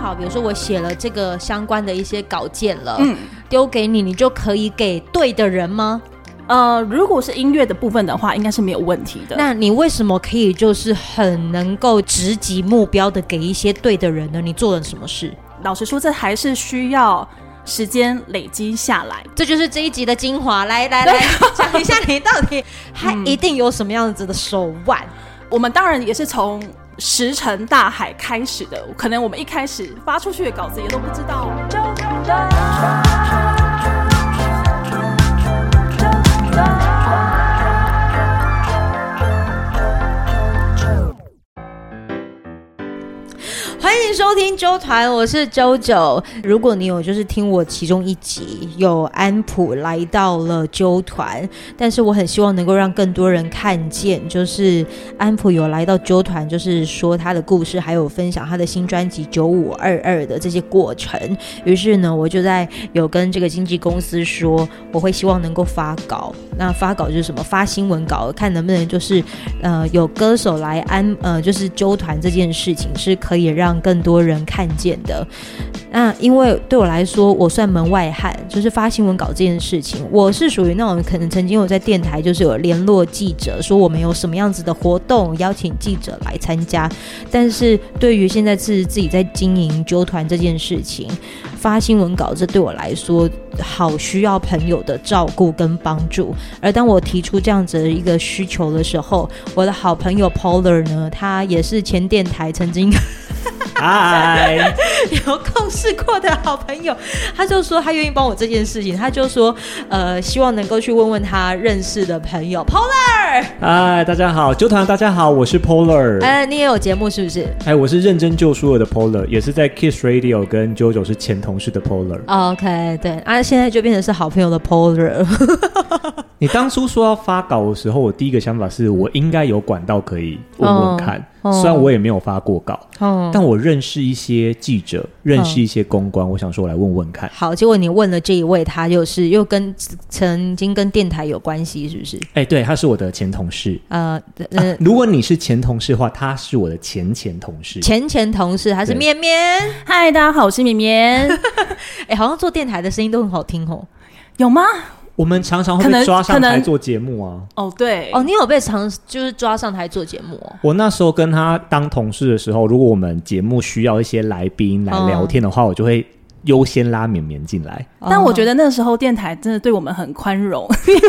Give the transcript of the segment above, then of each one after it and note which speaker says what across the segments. Speaker 1: 好，比如说我写了这个相关的一些稿件了，
Speaker 2: 嗯
Speaker 1: 丢给你，你就可以给对的人吗？
Speaker 2: 呃，如果是音乐的部分的话，应该是没有问题的。
Speaker 1: 那你为什么可以就是很能够直击目标的给一些对的人呢？你做了什么事？
Speaker 2: 老实说，这还是需要时间累积下来。
Speaker 1: 这就是这一集的精华。来来来，讲一下你到底还一定有什么样子的手腕？
Speaker 2: 我们当然也是从石沉大海开始的，可能我们一开始发出去的稿子也都不知道。
Speaker 1: 欢迎收听周团，我是周九。如果你有就是听我其中一集有安普来到了纠团，但是我很希望能够让更多人看见，就是安普有来到纠团，就是说他的故事，还有分享他的新专辑《九五二二》的这些过程。于是呢，我就在有跟这个经纪公司说，我会希望能够发稿。那发稿就是什么？发新闻稿，看能不能就是呃有歌手来安呃就是纠团这件事情是可以让更多人看见的。那因为对我来说，我算门外汉，就是发新闻稿这件事情，我是属于那种可能曾经有在电台就是有联络记者，说我们有什么样子的活动，邀请记者来参加。但是对于现在是自己在经营纠团这件事情，发新闻稿这对我来说好需要朋友的照顾跟帮助。而当我提出这样子的一个需求的时候，我的好朋友 Polar 呢，他也是前电台曾经
Speaker 3: 嗨，
Speaker 1: 有共事过的好朋友，他就说他愿意帮我这件事情，他就说呃，希望能够去问问他认识的朋友。Polar，
Speaker 3: 嗨，大家好，纠团大家好，我是 Polar。哎、
Speaker 1: 呃，你也有节目是不是？
Speaker 3: 我是认真救书我的 Polar，也是在 Kiss Radio 跟 JoJo 是前同事的 Polar。
Speaker 1: OK，对啊，现在就变成是好朋友的 Polar，
Speaker 3: 你当初说要发稿的时候，我第一个想法是我应该有管道可以问问看，
Speaker 1: 哦哦
Speaker 3: 虽然我也没有发过稿，
Speaker 1: 哦，
Speaker 3: 但我认识一些记者，认识一些公关，我想说我来问问看。
Speaker 1: 好，结果你问了这一位，他又是又跟曾经跟电台有关系，是不是？
Speaker 3: 哎、对，他是我的前同事。啊
Speaker 1: 呃，呃，
Speaker 3: 如果你是前同事的话，他是我的前前同事。
Speaker 1: 前前同事还是
Speaker 3: 对
Speaker 1: 面面？
Speaker 2: 嗨，大家好，我是绵绵，
Speaker 1: 哎、好像做电台的声音都很好听哦。
Speaker 2: 有吗？
Speaker 3: 我们常常
Speaker 2: 可
Speaker 3: 会
Speaker 2: 能
Speaker 3: 被抓上
Speaker 2: 可能
Speaker 3: 台做节目啊。
Speaker 2: 哦，对，
Speaker 1: 哦，你有被常就是抓上台做节目哦？
Speaker 3: 我那时候跟他当同事的时候，如果我们节目需要一些来宾来聊天的话，我就会优先拉绵绵进来。
Speaker 2: 但我觉
Speaker 1: 得
Speaker 2: 得那时候电台真的对我们很宽容， 因为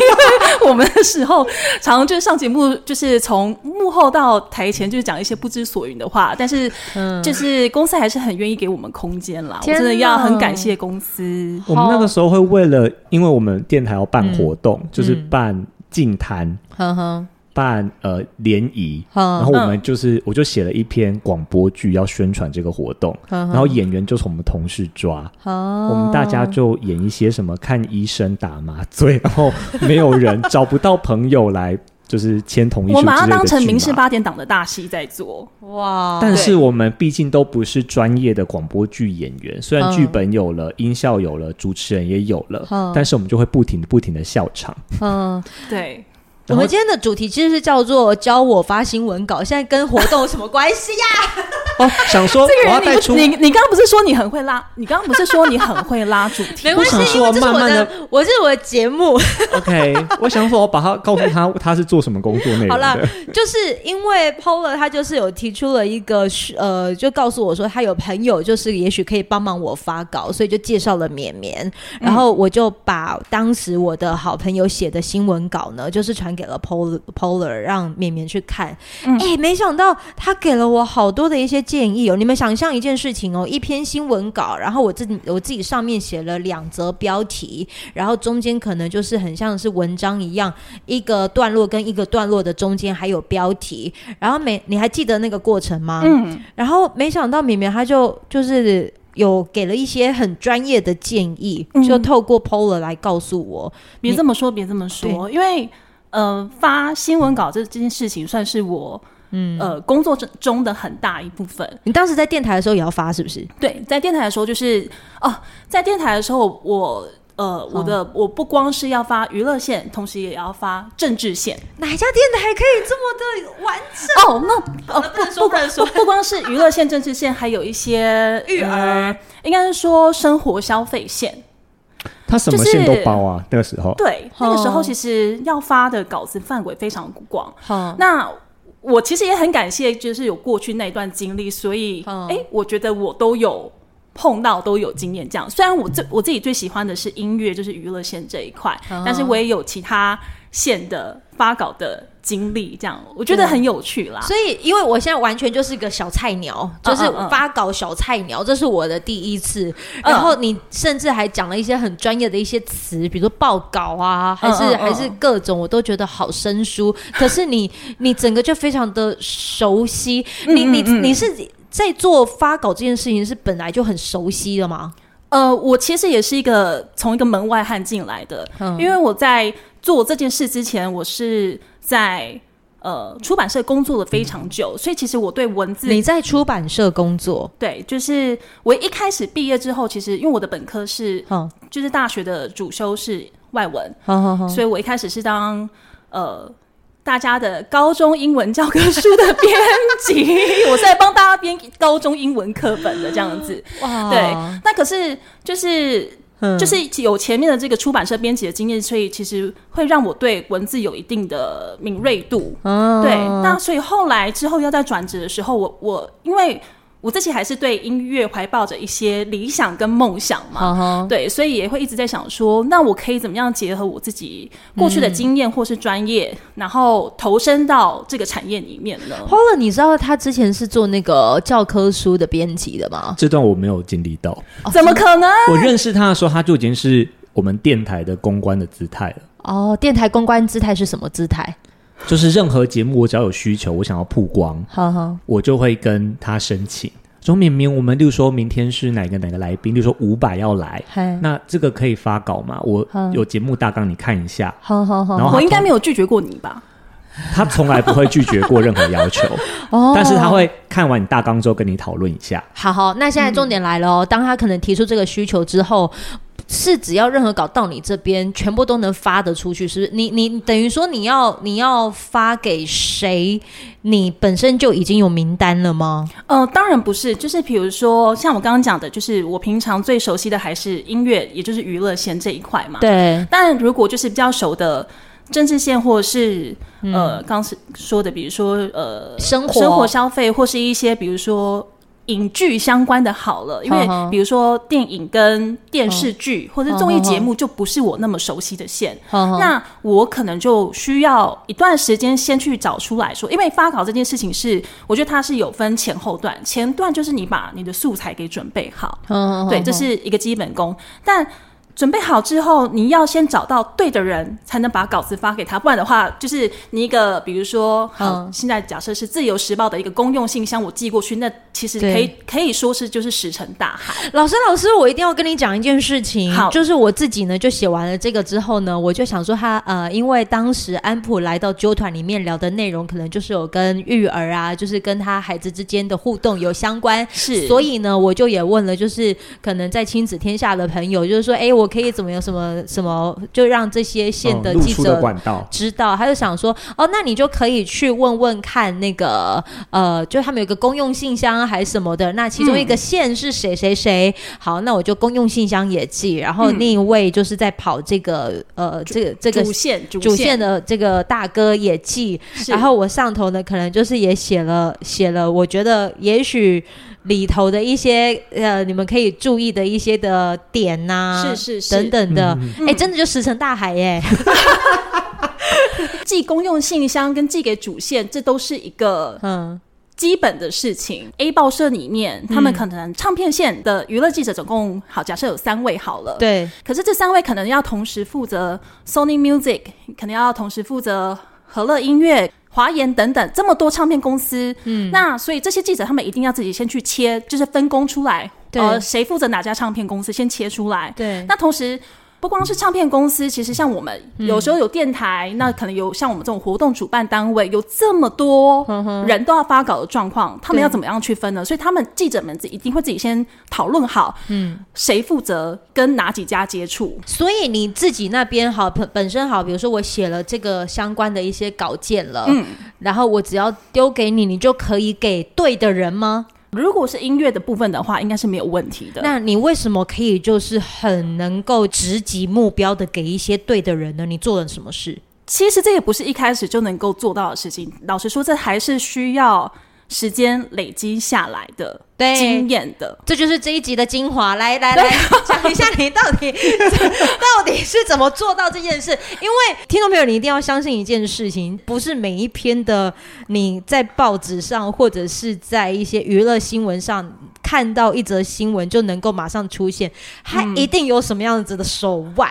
Speaker 2: 我们那时候常常就是上节目，就是从幕后到台前，就是讲一些不知所云的话，但是
Speaker 1: 嗯
Speaker 2: 就是公司还是很愿意给我们空间啦，我
Speaker 1: 天哪
Speaker 2: 真的要很感谢公司。
Speaker 3: 我们那个时候会为了，因为我们电台要办活动，
Speaker 2: 嗯
Speaker 3: 就是办净坛、
Speaker 1: 哼哼
Speaker 3: 办呃联谊，
Speaker 2: 嗯
Speaker 1: 哼
Speaker 3: 然后我们就是、我就写了一篇广播剧要宣传这个活动，
Speaker 1: 嗯
Speaker 3: 然后演员就是我们同事抓，
Speaker 1: 哦
Speaker 3: 我们大家就演一些什么看医生打麻醉，然后没有人 找不到朋友来。就是签同意书
Speaker 2: 我
Speaker 3: 之类的
Speaker 2: 把它当成
Speaker 3: 剧
Speaker 2: 明示
Speaker 3: 嘛
Speaker 2: 八点档的大戏在做，
Speaker 1: 哇，哦
Speaker 3: 但是我们毕竟都不是专业的广播剧演员，虽然
Speaker 1: 嗯
Speaker 3: 剧本有了，音效有了，主持人也有了，
Speaker 1: 嗯
Speaker 3: 但是我们就会不停不停的笑场。
Speaker 1: 嗯，
Speaker 2: 对，
Speaker 1: 我
Speaker 3: 然后
Speaker 1: 们今天的主题其实是叫做教我发新闻稿，现在跟活动有什么关系呀、
Speaker 3: 哦，想说我要带出
Speaker 2: 你，你刚刚不是说你很会拉？你刚刚不是说你很会拉主题？
Speaker 1: 没关系
Speaker 3: 我想，说
Speaker 1: 因为这是我
Speaker 3: 慢慢
Speaker 1: 的，我这是我的节目。
Speaker 3: OK，我想说我把他告诉他他是做什么工作内容
Speaker 1: 好啦
Speaker 3: 的。，
Speaker 1: 就是因为 Polar 他就是有提出了一个需呃，就告诉我说他有朋友就是也许可以帮忙我发稿，所以就介绍了绵绵，然后我就把当时我的好朋友写的新闻稿呢，就是传给了 Polar Polar 让绵绵去看，哎、
Speaker 2: 嗯
Speaker 1: 没想到他给了我好多的一些建议哦。你们想象一件事情哦，一篇新闻稿，然后我自己我自己上面写了两则标题，然后中间可能就是很像是文章一样，一个段落跟一个段落的中间还有标题，然后每你还记得那个过程吗？
Speaker 2: 嗯，
Speaker 1: 然后没想到绵绵他就就是有给了一些很专业的建议，
Speaker 2: 嗯
Speaker 1: 就透过 Polar 来告诉我，
Speaker 2: 别
Speaker 1: 你
Speaker 2: 这么说，别这么说，因为呃，发新闻稿这这件事情算是我嗯呃工作中中的很大一部分。
Speaker 1: 你当时在电台的时候也要发是不是？
Speaker 2: 对，在电台的时候就是哦，在电台的时候我呃，我的、我不光是要发娱乐线，同时也要发政治线。
Speaker 1: 哪一家电台可以这么的完整？
Speaker 2: 哦，那呃
Speaker 1: 了不能说
Speaker 2: 不不管
Speaker 1: 不能说
Speaker 2: 不不光是娱乐线、政治线，还有一些
Speaker 1: 育儿
Speaker 2: 呃应该是说生活消费线。
Speaker 3: 他什么线都包啊，那个时候。
Speaker 2: 对，那个时
Speaker 1: 哦
Speaker 2: 候其实要发的稿子范围非常广。
Speaker 1: 好，
Speaker 2: 那我其实也很感谢，就是有过去那一段经历，所以哎、
Speaker 1: 嗯
Speaker 2: 诶我觉得我都有碰到，都有经验。这样，虽然我最我自己最喜欢的是音乐，就是娱乐线这一块，
Speaker 1: 嗯
Speaker 2: 但是我也有其他线的发稿的经历，这样我觉得很有趣啦。
Speaker 1: 嗯所以，因为我现在完全就是个小菜鸟，就是
Speaker 2: 啊嗯嗯嗯
Speaker 1: 发稿小菜鸟，这是我的第一次。然后你甚至还讲了一些很专业的一些词，比如说报稿啊，还是
Speaker 2: 嗯嗯嗯
Speaker 1: 还是各种，我都觉得好生 疏。可是你你整个就非常的熟悉，
Speaker 2: 嗯
Speaker 1: 你你你是在做发稿这件事情是本来就很熟悉的吗？
Speaker 2: 呃，我其实也是一个从一个门外汉进来的，
Speaker 1: 嗯
Speaker 2: 因为我在做这件事之前，我是在呃出版社工作了非常久，所以其实我对文字
Speaker 1: 嗯你在出版社工作，
Speaker 2: 对，就是我一开始毕业之后，其实因为我的本科是
Speaker 1: 好
Speaker 2: 就是大学的主修是外文，
Speaker 1: 好好好，
Speaker 2: 所以我一开始是当呃大家的高中英文教科书的编辑， 我是在帮大家编高中英文课本的这样子。
Speaker 1: 哇
Speaker 2: 对，那可是就是。
Speaker 1: 嗯
Speaker 2: 就是有前面的这个出版社编辑的经验，所以其实会让我对文字有一定的敏锐度。
Speaker 1: 嗯
Speaker 2: 对，那所以后来之后要在转职的时候，我我因为我自己还是对音乐怀抱着一些理想跟梦想嘛，
Speaker 1: 好好
Speaker 2: 对，所以也会一直在想说，那我可以怎么样结合我自己过去的
Speaker 1: 嗯
Speaker 2: 经验或是专业，然后投身到这个产业里面呢？
Speaker 1: p o l 你知道他之前是做那个教科书的编辑的吗？
Speaker 3: 这段我没有经历到，
Speaker 2: 怎么可能？
Speaker 3: 我认识他的时候，他就已经是我们电台的公关的姿态了。
Speaker 1: 哦，电台公关姿态是什么姿态？
Speaker 3: 就是任何节目，我只要有需求，我想要曝光，
Speaker 1: 哈哈，
Speaker 3: 我就会跟他申请。说明明我们，例如说明天是哪个哪个来宾，例如说伍佰要来，
Speaker 1: 嗨，
Speaker 3: 那这个可以发稿吗？我
Speaker 1: 嗯
Speaker 3: 有节目大纲，你看一下。
Speaker 1: 好好好
Speaker 3: 然后
Speaker 2: 我应该没有拒绝过你吧？
Speaker 3: 他从来不会拒绝过任何要求，
Speaker 1: 哦
Speaker 3: 但是他会看完你大纲之后跟你讨论一下。
Speaker 1: 好好。那现在重点来了
Speaker 2: 嗯
Speaker 1: 哦，当他可能提出这个需求之后。是只要任何稿到你这边，全部都能发得出去，是不是？你你等于说你要你要发给谁？你本身就已经有名单了吗？
Speaker 2: 呃，当然不是，就是比如说像我刚刚讲的，就是我平常最熟悉的还是音乐，也就是娱乐线这一块嘛。
Speaker 1: 对，
Speaker 2: 但如果就是比较熟的政治线，或者是、
Speaker 1: 嗯
Speaker 2: 呃刚是说的，比如说呃
Speaker 1: 生活
Speaker 2: 生活消费，或是一些比如说影剧相关的，好了，因为
Speaker 1: 嗯哼
Speaker 2: 比如说电影跟电视
Speaker 1: 嗯
Speaker 2: 剧、或者综艺节目，就不是我那么熟悉的线。
Speaker 1: 好好
Speaker 2: 那我可能就需要一段时间先去找出来说，因为发稿这件事情是，我觉得它是有分前后段，前段就是你把你的素材给准备好，
Speaker 1: 好好
Speaker 2: 对，这是一个基本功。但准备好之后，你要先找到对的人，才能把稿子发给他。不然的话，就是你一个，比如说，好，
Speaker 1: 嗯
Speaker 2: 现在假设是《自由时报》的一个公用信箱，我寄过去，那其实
Speaker 1: 对
Speaker 2: 可以可以说是就是石沉大海。
Speaker 1: 老师，老师，我一定要跟你讲一件事情。
Speaker 2: 好
Speaker 1: 就是我自己呢，就写完了这个之后呢，我就想说他呃，因为当时安普来到纠团里面聊的内容，可能就是有跟育儿啊，就是跟他孩子之间的互动有相关。
Speaker 2: 是
Speaker 1: 所以呢，我就也问了，就是可能在亲子天下的朋友，就是说，哎，我可以怎么有什么什么，就让这些线
Speaker 3: 嗯
Speaker 1: 的
Speaker 3: 露
Speaker 1: 记
Speaker 3: 出
Speaker 1: 者
Speaker 3: 的管道，
Speaker 1: 知道，他就想说，哦，那你就可以去问问看那个，呃，就他们有个公用信箱还是什么的，那其中一个县是谁谁谁，好，那我就公用信箱也寄，然后
Speaker 2: 嗯
Speaker 1: 另一位就是在跑这个，呃，这个这个
Speaker 2: 主线主
Speaker 1: 主线的这个大哥也寄，
Speaker 2: 是
Speaker 1: 然后我上头呢，可能就是也写了写了，我觉得也许里头的一些呃，你们可以注意的一些的点呐、
Speaker 2: 是是是
Speaker 1: 等等的，哎、
Speaker 3: 嗯
Speaker 2: 嗯
Speaker 1: 真的就石沉大海耶、
Speaker 2: 寄公用信箱跟寄给主线，这都是一个
Speaker 1: 嗯。
Speaker 2: 基本的事情。A 报社里面，他们可能唱片线的娱乐记者总共好，假设有三位好了，
Speaker 1: 对，
Speaker 2: 可是这三位可能要同时负责 Sony Music，可能要同时负责和乐音乐、华研等等这么多唱片公司。嗯，那所以这些记者他们一定要自己先去切，就是分工出来，哦
Speaker 1: 对
Speaker 2: 呃，谁负责哪家唱片公司先切出来。
Speaker 1: 对
Speaker 2: 那同时。不光是唱片公司，其实像我们有时候有电台，那可能有像我们这种活动主办单位，有这么多人都要发稿的状况，他们要怎么样去分呢？所以他们记者们自己一定会自己先讨论好，嗯，谁负责跟哪几家接触，
Speaker 1: 所以你自己那边好，本本身好，比如说我写了这个相关的一些稿件了，
Speaker 2: 嗯，
Speaker 1: 然后我只要丢给你，你就可以给对的人吗？
Speaker 2: 如果是音乐的部分的话，应该是没有问题的。
Speaker 1: 那你为什么可以就是很能够直击目标的给一些对的人呢？你做了什么事？
Speaker 2: 其实这也不是一开始就能够做到的事情。老实说，这还是需要时间累积下来的
Speaker 1: 对
Speaker 2: 经验的。
Speaker 1: 这就是这一集的精华，来来 来，讲一下你到底 到底是怎么做到这件事？因为听众朋友，你一定要相信一件事情，不是每一篇的你在报纸上或者是在一些娱乐新闻上看到一则新闻就能够马上出现，它一定有什么样子的手腕、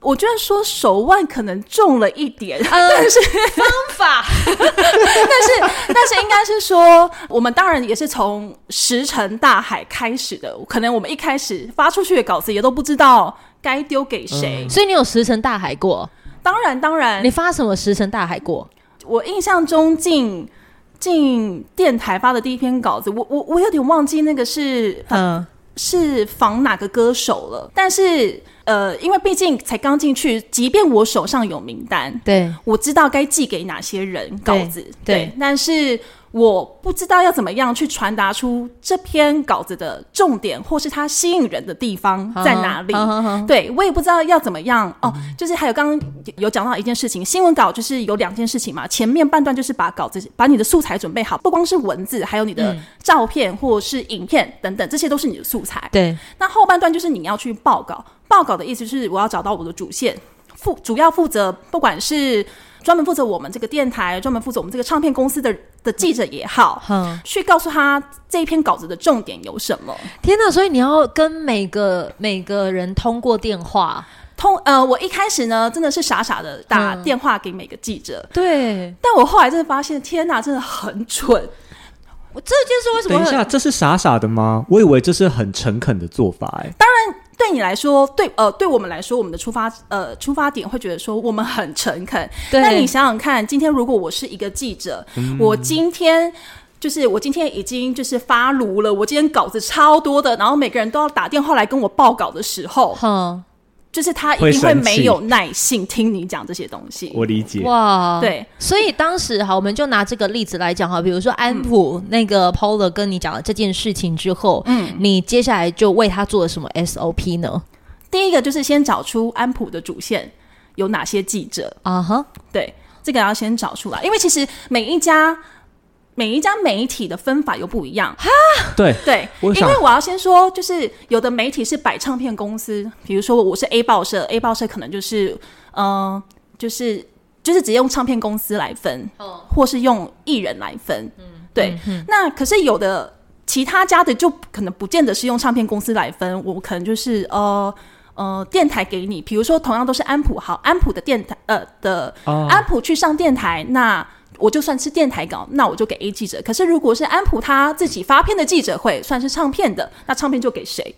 Speaker 2: 我觉得说手腕可能重了一点，
Speaker 1: 但是呃方法。
Speaker 2: 但是但是应该是说，我们当然也是从石沉大海开始的。可能我们一开始发出去的稿子也都不知道该丢给谁。
Speaker 1: 所以你有石沉大海过？
Speaker 2: 当然，当然
Speaker 1: 你，发什么石沉大海过？
Speaker 2: 我印象中进进电台发的第一篇稿子，我我我有点忘记那个是
Speaker 1: 嗯，
Speaker 2: 是仿哪个歌手了，但是呃，因为毕竟才刚进去，即便我手上有名单，
Speaker 1: 对，
Speaker 2: 我知道该寄给哪些人稿子，
Speaker 1: 对
Speaker 2: 但是我不知道要怎么样去传达出这篇稿子的重点，或是它吸引人的地方在哪里。
Speaker 1: 嗯嗯嗯嗯
Speaker 2: 对我也不知道要怎么样哦，就是还有刚刚有讲到一件事情，新闻稿就是有两件事情嘛，前面半段就是把稿子、把你的素材准备好，不光是文字，还有你
Speaker 1: 嗯
Speaker 2: 的照片或是影片等等，这些都是你的素材。
Speaker 1: 对，
Speaker 2: 那后半段就是你要去报告，报告的意思是我要找到我的主线，负主要负责不管是专门负责我们这个电台，专门负责我们这个唱片公司的的记者也好，
Speaker 1: 哼。
Speaker 2: 去告诉他这一篇稿子的重点有什么。
Speaker 1: 天呐！所以你要跟每个每个人通过电话，
Speaker 2: 通呃，我一开始呢真的是傻傻的打
Speaker 1: 嗯
Speaker 2: 电话给每个记者，
Speaker 1: 对，
Speaker 2: 但我后来真的发现，天哪，真的很蠢。
Speaker 1: 我这就是为什
Speaker 3: 等一
Speaker 1: 么
Speaker 3: 下，
Speaker 1: 会
Speaker 3: 这是傻傻的吗？我以为这是很诚恳的做法、哎，
Speaker 2: 对你来说，对呃，对我们来说，我们的出发呃出发点会觉得说我们很诚恳。
Speaker 1: 对
Speaker 2: 那你想想看，今天如果我是一个记者，我今天。就是我今天已经就是发炉了，我今天稿子超多的，然后每个人都要打电话来跟我报稿的时候，
Speaker 1: 哼
Speaker 2: 就是他
Speaker 3: 会
Speaker 2: 一定
Speaker 3: 生
Speaker 2: 会
Speaker 3: 气
Speaker 2: 没有耐性听你讲这些东西。
Speaker 3: 我理解。
Speaker 1: 哇，。
Speaker 2: 对，
Speaker 1: 所以当时好，我们就拿这个例子来讲哈，比如说安普、那个 Pola 跟你讲了这件事情之后，嗯，你接下来就为他做了什么 SOP 呢？
Speaker 2: 第一个就是先找出安普的主线有哪些记者，
Speaker 1: 啊哈，
Speaker 2: 对，这个要先找出来，因为其实每一家每一家媒体的分法又不一样。
Speaker 3: 对，
Speaker 2: 对，
Speaker 3: 我
Speaker 2: 因
Speaker 3: 想
Speaker 2: 为我要先说，就是有的媒体是摆唱片公司，比如说我是 A 报社，A 报社可能就是嗯、呃就是就是直接用唱片公司来分，或是用艺人来分。对。
Speaker 3: 嗯
Speaker 2: 那可是有的其他家的就可能不见得是用唱片公司来分，我可能就是呃。呃，电台给你，比如说同样都是安普，好，安普的电台，呃的、
Speaker 3: 哦
Speaker 2: 安普去上电台，那我就算是电台稿，那我就给 A 记者。可是如果是安普他自己发片的记者会，算是唱片的，那唱片就给谁？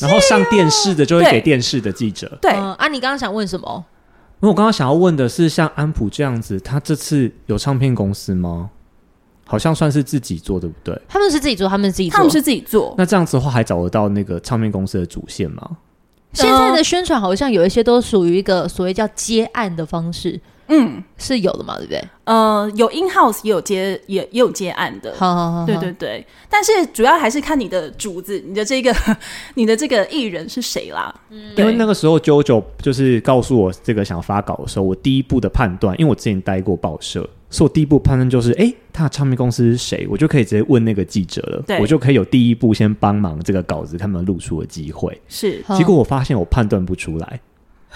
Speaker 3: 然后上电视的就会
Speaker 2: 对
Speaker 3: 给电视的记者。
Speaker 2: 对，
Speaker 1: 嗯啊，你刚刚想问什么？
Speaker 3: 那我刚刚想要问的是，像安普这样子，他这次有唱片公司吗？好像算是自己做，对不对？
Speaker 1: 他们是自己做，他们自己做，
Speaker 2: 他们是自己做。
Speaker 3: 那这样子的话，还找得到那个唱片公司的主线吗？
Speaker 1: 现在的宣传好像有一些都属于一个所谓叫接案的方式，
Speaker 2: 嗯，
Speaker 1: 是有的嘛，对不对？
Speaker 2: 呃，有 in house 也有接，也也有接案的。
Speaker 1: 好好好，好
Speaker 2: 对对对，但是主要还是看你的主子，你的这个 你的这个艺人是谁啦。嗯，
Speaker 3: 因为那个时候，JoJo 就是告诉我这个想发稿的时候，我第一步的判断，因为我之前待过报社，所以我第一步判断就是，诶，他的唱片公司是谁，我就可以直接问那个记者了，
Speaker 2: 对
Speaker 3: 我就可以有第一步先帮忙这个稿子他们露出的机会。
Speaker 2: 是
Speaker 1: 好
Speaker 3: 结果我发现我判断不出来，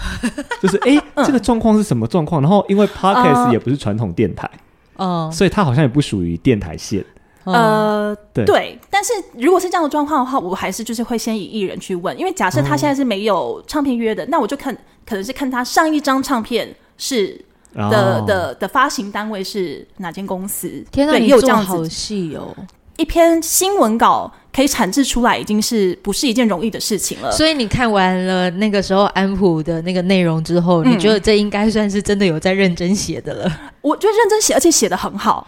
Speaker 3: 就是诶，
Speaker 2: 嗯
Speaker 3: 这个状况是什么状况？然后因为 Podcast
Speaker 2: 呃
Speaker 3: 也不是传统电台，
Speaker 2: 哦
Speaker 1: 嗯
Speaker 3: 所以它好像也不属于电台线。
Speaker 1: 嗯
Speaker 2: 呃，
Speaker 3: 对
Speaker 2: 但是如果是这样的状况的话，我还是就是会先以艺人去问，因为假设
Speaker 1: 哦
Speaker 2: 他现在是没有唱片约的，那我就看可能是看他上一张唱片是
Speaker 3: 然
Speaker 2: 的、
Speaker 3: 后
Speaker 2: 的的发行单位是哪间公司。
Speaker 1: 天哪，
Speaker 2: 对，
Speaker 1: 你
Speaker 2: 也有
Speaker 1: 做
Speaker 2: 这样
Speaker 1: 好
Speaker 2: 子
Speaker 1: 细哦。
Speaker 2: 一篇新闻稿可以产制出来，已经是不是一件容易的事情了。
Speaker 1: 所以你看完了那个时候安普的那个内容之后，
Speaker 2: 嗯
Speaker 1: 你觉得这应该算是真的有在认真写的了？
Speaker 2: 我就认真写，而且写的很好。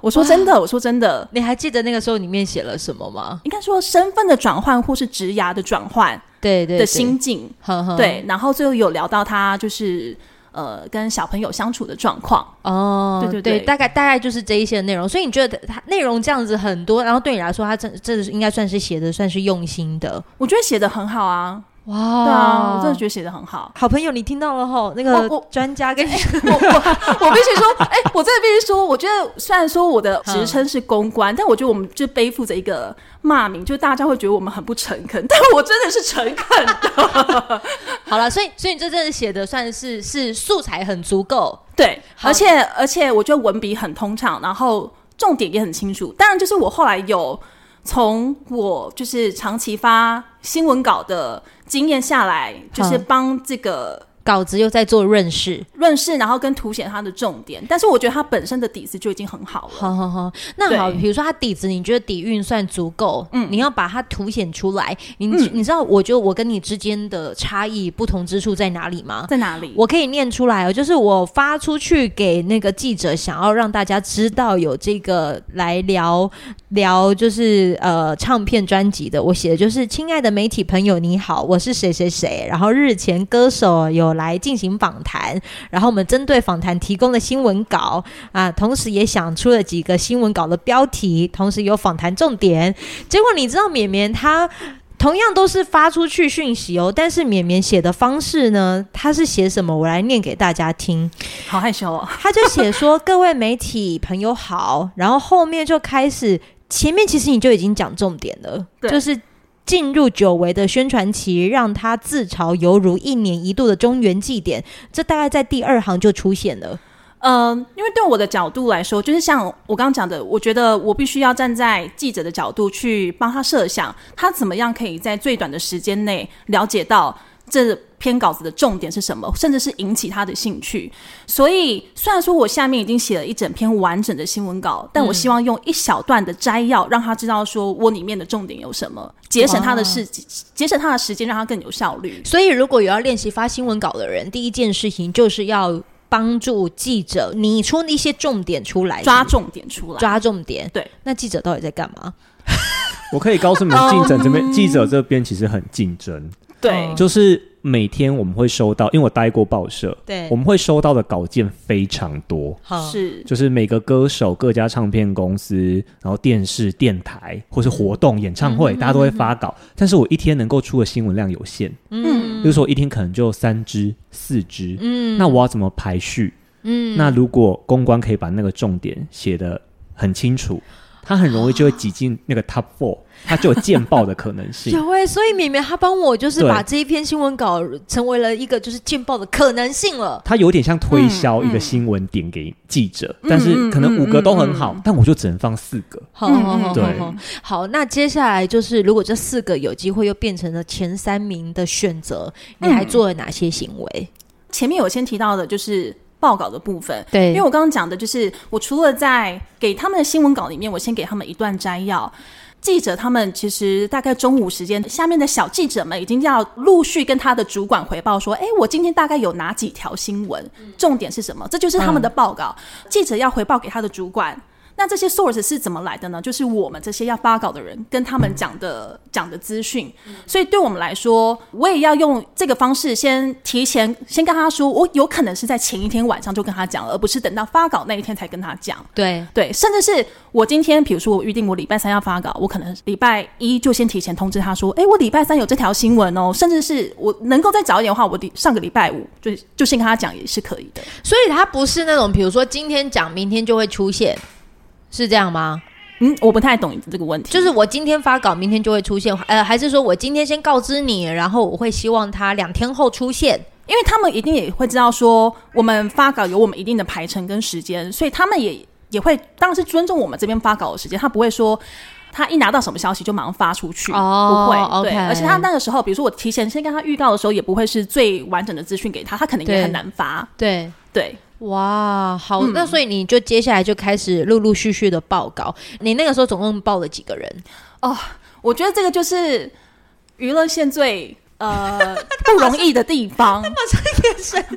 Speaker 2: 我说真的，我说真的，
Speaker 1: 你还记得那个时候里面写了什么吗？
Speaker 2: 应该说身份的转换或是职涯的转换
Speaker 1: 对对嗯
Speaker 2: 的心，境，
Speaker 1: 对呵呵
Speaker 2: 对。然后最后有聊到他就是呃跟小朋友相处的状况，
Speaker 1: 哦，
Speaker 2: 对对对
Speaker 1: 大概大概就是这一些内容。所以你觉得它内容这样子很多，然后对你来说，它真这应该算是写的算是用心的。
Speaker 2: 我觉得写的很好啊，
Speaker 1: 哇，。
Speaker 2: 对啊，我真的觉得写的很好
Speaker 1: 哦好朋友，你听到了吼，那
Speaker 2: 我
Speaker 1: 个
Speaker 2: 我
Speaker 1: 专家跟你
Speaker 2: 我我我必须说，哎、我真的必须说，我觉得虽然说我的职称是公关，但我觉得我们就背负着一个骂名，就大家会觉得我们很不诚恳，但我真的是诚恳的，
Speaker 1: 好了，所以所以你这真的写的算是是素材很足够，
Speaker 2: 对，
Speaker 1: 好
Speaker 2: 而且而且我觉得文笔很通畅，然后重点也很清楚。当然，就是我后来有从我就是长期发新闻稿的经验下来，就是
Speaker 1: 好
Speaker 2: 帮这个
Speaker 1: 稿子又在做润饰。
Speaker 2: 润饰，然后跟凸显它的重点。但是我觉得它本身的底子就已经很好了。
Speaker 1: 好好好，那好，
Speaker 2: 对
Speaker 1: 比如说它底子，你觉得底蕴算足够，嗯，你要把它凸显出来。你、你知道，我觉得我跟你之间的差异不同之处在哪里吗？
Speaker 2: 在哪里？
Speaker 1: 我可以念出来哦，就是我发出去给那个记者，想要让大家知道有这个来聊聊，就是呃唱片专辑的。我写的就是：亲爱的媒体朋友，你好，我是谁谁谁。然后日前歌手有来进行访谈，然后我们针对访谈提供了新闻稿啊，同时也想出了几个新闻稿的标题，同时有访谈重点。结果你知道绵绵她同样都是发出去讯息哦，但是绵绵写的方式呢，她是写什么？我来念给大家 听。
Speaker 2: 好害羞哦。
Speaker 1: 她就写说：“各位媒体朋友好。”然后后面就开始，前面其实你就已经讲重点了，
Speaker 2: 对
Speaker 1: 就是。进入久违的宣传期，让她自嘲犹如一年一度的中原祭典，这大概在第二行就出现了。
Speaker 2: 嗯，因为对我的角度来说，就是像我刚刚讲的，我觉得我必须要站在记者的角度去帮他设想，他怎么样可以在最短的时间内了解到这篇稿子的重点是什么，甚至是引起他的兴趣。所以，虽然说我下面已经写了一整篇完整的新闻稿，但我希望用一小段的摘要，让他知道说我里面的重点有什么，节省他的事，节省他的时间，让他更有效率。
Speaker 1: 所以，如果有要练习发新闻稿的人，第一件事情就是要帮助记者拟出一些重点出来，
Speaker 2: 抓重点出来，
Speaker 1: 抓重点。
Speaker 2: 对，
Speaker 1: 那记者到底在干嘛？
Speaker 3: 我可以告诉你们，记者这
Speaker 2: 哦
Speaker 3: 边记者这边其实很竞争，
Speaker 2: 对
Speaker 1: 嗯，
Speaker 3: 就是每天我们会收到，因为我待过报社，
Speaker 1: 对
Speaker 3: 我们会收到的稿件非常多。
Speaker 1: 好，
Speaker 2: 是
Speaker 3: 就是每个歌手、各家唱片公司，然后电视、电台或是活动、演唱
Speaker 1: 嗯
Speaker 3: 会，大家都会发稿。但是我一天能够出的新闻量有限，
Speaker 1: 嗯
Speaker 3: 比如说我一天可能就三支、四支，
Speaker 1: 嗯
Speaker 3: 那我要怎么排序？
Speaker 1: 嗯
Speaker 3: 那如果公关可以把那个重点写得很清楚，它很容易就会挤进那个 top four，它就有见报的可能 性。
Speaker 1: 有哎、所以绵绵她帮我就是
Speaker 3: 对
Speaker 1: 把这一篇新闻稿成为了一个就是见报的可能性了。
Speaker 3: 它有点像推
Speaker 1: 嗯
Speaker 3: 销一个新闻点给记者，但是可能五个都
Speaker 1: 嗯
Speaker 3: 很好，但我就只能放四个。
Speaker 1: 好
Speaker 2: 嗯
Speaker 1: 好好
Speaker 3: 对
Speaker 1: 好好，好，那接下来就是如果这四个有机会又变成了前三名的选择，你还做了哪些行为？
Speaker 2: 前面有先提到的，就是报稿的部分。
Speaker 1: 对
Speaker 2: 因为我刚刚讲的就是，我除了在给他们的新闻稿里面，我先给他们一段摘要。记者他们其实大概中午时间，下面的小记者们已经要陆续跟他的主管回报说：“哎，我今天大概有哪几条新闻，重点是什么？”这就是他们的报告。记者要回报给他的主管。那这些 source 是怎么来的呢？就是我们这些要发稿的人跟他们讲的讲的资讯，所以对我们来说，我也要用这个方式先提前先跟他说，我有可能是在前一天晚上就跟他讲了，而不是等到发稿那一天才跟他讲。
Speaker 1: 对，
Speaker 2: 对，甚至是我今天，比如说我预定我礼拜三要发稿，我可能礼拜一就先提前通知他说，诶，哎我礼拜三有这条新闻哦，甚至是我能够再早一点的话，我礼上个礼拜五就就先跟他讲也是可以的。
Speaker 1: 所以它不是那种，比如说今天讲，明天就会出现，是这样吗？
Speaker 2: 嗯，我不太懂你的这个问题，
Speaker 1: 就是我今天发稿，明天就会出现，呃，还是说我今天先告知你，然后我会希望它两天后出现？
Speaker 2: 因为他们一定也会知道说，我们发稿有我们一定的排程跟时间，所以他们也也会当然是尊重我们这边发稿的时间，他不会说。他一拿到什么消息就马上发出去，
Speaker 1: 哦
Speaker 2: 不会。对
Speaker 1: OK
Speaker 2: 而且他那个时候，比如说我提前先跟他预告的时候，也不会是最完整的资讯给他，他可能也
Speaker 1: 对
Speaker 2: 很难发。
Speaker 1: 对，
Speaker 2: 对，
Speaker 1: 哇，好，那所以你就接下来就开始陆陆续续的报告。你那个时候总共报了几个人？
Speaker 2: 我觉得这个就是娱乐线最呃不容易的地方。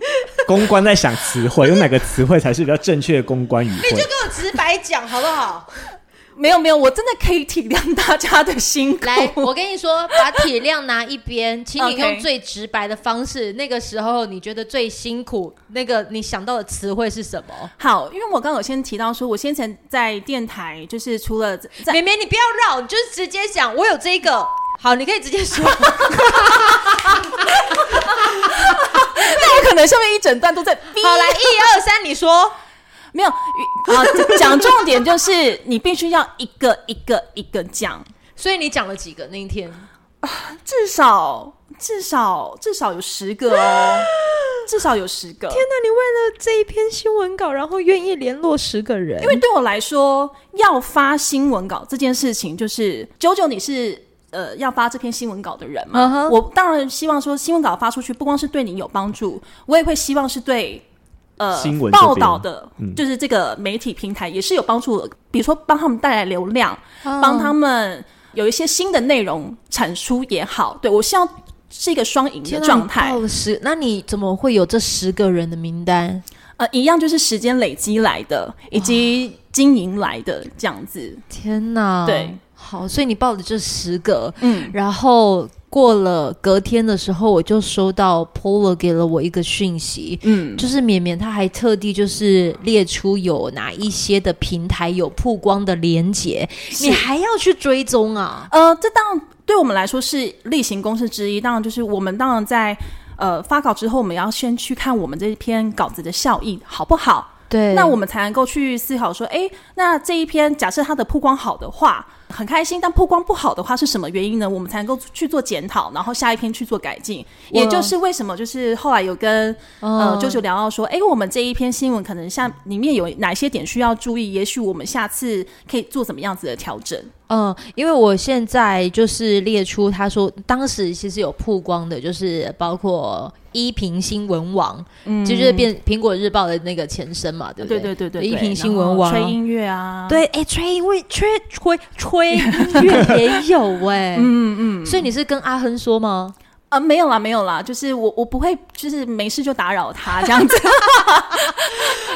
Speaker 3: 公关在想词汇，用哪个词汇才是比较正确的公关语
Speaker 1: 你就
Speaker 3: 汇？
Speaker 1: 给我直白讲好不好？
Speaker 2: 没有没有，我真的可以体谅大家的辛 苦。
Speaker 1: 来，我跟你说，把体量拿一 边，请你
Speaker 2: OK
Speaker 1: 用最直白的方式。那个时候你觉得最辛苦，那个你想到的词汇是什么？
Speaker 2: 好，因为我刚刚有先提到说，我先前在电台，就是除了在
Speaker 1: 绵绵，你不要绕，你就是直接讲。我有这个， 好，你可以直接说。
Speaker 2: 那我可能下面一整段都在逼
Speaker 1: 好，来，一二三，你说。
Speaker 2: 没有啊，讲重点就是你必须要一个一个一个讲，
Speaker 1: 所以你讲了几个那一天？
Speaker 2: 至少至少至少有十个哦，至少有十个。
Speaker 1: 天哪！你为了这一篇新闻稿，然后愿意联络十个人，因
Speaker 2: 因为对我来说，要发新闻稿这件事情，就是九九你是。呃，要发这篇新闻稿的人嘛
Speaker 1: 嗯哼
Speaker 2: 我当然希望说新闻稿发出去，不光是对你有帮助，我也会希望是对呃
Speaker 3: 新闻这边
Speaker 2: 报道的，
Speaker 3: 嗯
Speaker 2: 就是这个媒体平台也是有帮助的，比如说帮他们带来流量，
Speaker 1: 嗯啊
Speaker 2: 帮他们有一些新的内容产出也好，对我希望是一个双赢的
Speaker 1: 天哪
Speaker 2: 状态
Speaker 1: 你。报了十，那你怎么会有这十个人的名单？
Speaker 2: 呃，一样就是时间累积来的，以及经营来的这样子。
Speaker 1: 天哪！
Speaker 2: 对，
Speaker 1: 好，所以你报了这十个，
Speaker 2: 嗯，
Speaker 1: 然后过了隔天的时候，我就收到 Polo 给了我一个讯息，
Speaker 2: 嗯，
Speaker 1: 就是绵绵他还特地就是列出有哪一些的平台有曝光的连接，你还要去追踪啊？
Speaker 2: 呃，这当然对我们来说是例行公事之一。当然，就是我们当然在呃发稿之后，我们要先去看我们这篇稿子的效益好不好，
Speaker 1: 对
Speaker 2: 那我们才能够去思考说，诶，那这一篇假设它的曝光好的话，很开心；但曝光不好的话，是什么原因呢？我们才能够去做检讨，然后下一篇去做改进。也就是为什么就是后来有跟
Speaker 1: 嗯
Speaker 2: 呃，舅舅聊到说，哎、我们这一篇新闻可能像里面有哪些点需要注意，也许我们下次可以做怎么样子的调整。
Speaker 1: 嗯，因为我现在就是列出，他说当时其实有曝光的，就是包括一平新闻网，嗯，就是变苹果日报的那个前身嘛，对不
Speaker 2: 对
Speaker 1: 对
Speaker 2: 对对对，
Speaker 1: 一
Speaker 2: 对
Speaker 1: 平新
Speaker 2: 然
Speaker 1: 闻
Speaker 2: 后
Speaker 1: 网
Speaker 2: 吹音乐啊，，
Speaker 1: 对，哎、吹音乐，吹吹吹音乐也有哎、嗯嗯，所以你是跟阿亨说吗？
Speaker 2: 啊，没有啦，没有啦，就是我我不会，就是没事就打扰他这样 子。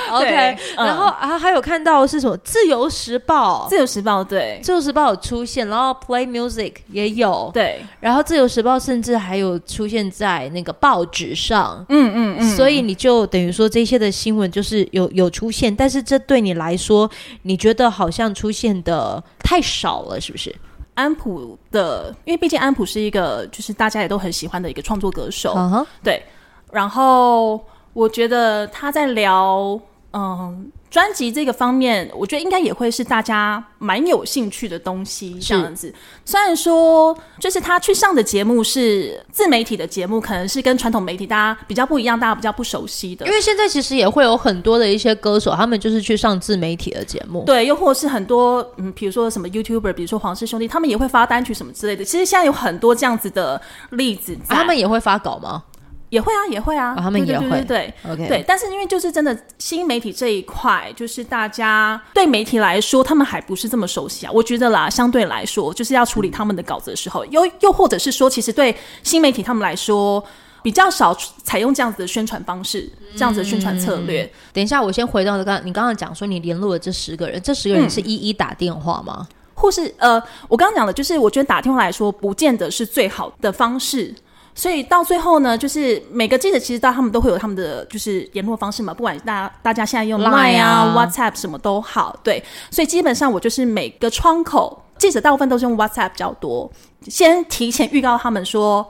Speaker 1: OK，、
Speaker 2: 嗯
Speaker 1: 然后啊，还有看到是什么《自由时报》
Speaker 2: 自由时报对
Speaker 1: 自由时报》有出现，然后 Play Music 也有，
Speaker 2: 对，
Speaker 1: 然后《自由时报》甚至还有出现在那个报纸上，
Speaker 2: 嗯嗯嗯，
Speaker 1: 所以你就等于说这些的新闻就是有有出现，但是这对你来说，你觉得好像出现的太少了，是不是？
Speaker 2: 安普的，因为毕竟安普是一个就是大家也都很喜欢的一个创作歌手，
Speaker 1: 嗯哼，
Speaker 2: 对，然后我觉得他在聊嗯专辑这个方面，我觉得应该也会是大家蛮有兴趣的东西
Speaker 1: 是
Speaker 2: 这样子。虽然说就是他去上的节目是自媒体的节目，可能是跟传统媒体大家比较不一样，大家比较不熟悉的
Speaker 1: 因。为现在其实也会有很多的一些歌手，他们就是去上自媒体的节目。
Speaker 2: 对，又或是很多嗯，比如说什么 YouTuber，比如说黄氏兄弟，他们也会发单曲什么之类的。其实现在有很多这样子的例子在，
Speaker 1: 啊他们也会发稿吗
Speaker 2: 也会啊，也会啊，
Speaker 1: 啊他们
Speaker 2: 对对
Speaker 1: 也
Speaker 2: 对
Speaker 1: 会
Speaker 2: 对对
Speaker 1: ？OK，
Speaker 2: 对，，但是因为就是真的新媒体这一块，就是大家对媒体来说，他们还不是这么熟悉啊。我觉得啦，相对来说，就是要处理他们的稿子的时候，又又或者是说，其实对新媒体他们来说。比较少采用这样子的宣传方式，这样子的宣传策略。
Speaker 1: 等一下，我先回到刚你刚刚讲说你联络了这十个人，这十个人是一一打电话吗？
Speaker 2: 或是呃，我刚刚讲的，就是我觉得打电话来说，不见得是最好的方式。所以到最后呢，就是每个记者其实到他们都会有他们的就是联络方式嘛，不管大大家现在用
Speaker 1: Line
Speaker 2: Line
Speaker 1: 啊
Speaker 2: 啊、WhatsApp 什么都好，对。所以基本上我就是每个窗口记者大部分都是用 WhatsApp 比较多，先提前预告他们说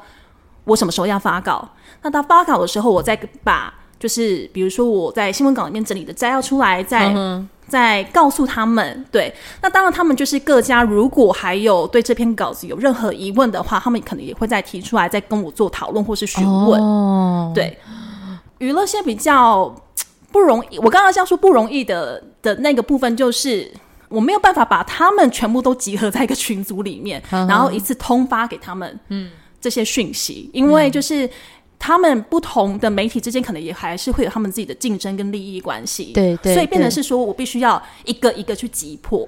Speaker 2: 我什么时候要发稿。那到发稿的时候，我再把就是比如说我在新闻稿里面整理的摘要出来，再、
Speaker 1: 嗯
Speaker 2: 再告诉他们。对，那当然他们就是各家如果还有对这篇稿子有任何疑问的话，他们可能也会再提出来，再跟我做讨论或是询问。
Speaker 1: 哦，
Speaker 2: 对，娱乐线比较不容易。我刚刚这样说不容易的的那个部分，就是我没有办法把他们全部都集合在一个群
Speaker 1: 嗯
Speaker 2: 组里面，然后一次通发给他们，嗯，这些讯息，因为就是。他们不同的媒体之间可能也还是会有他们自己的竞争跟利益关系。
Speaker 1: 对对
Speaker 2: 所以变
Speaker 1: 对
Speaker 2: 成是说我必须要一个一个去击破。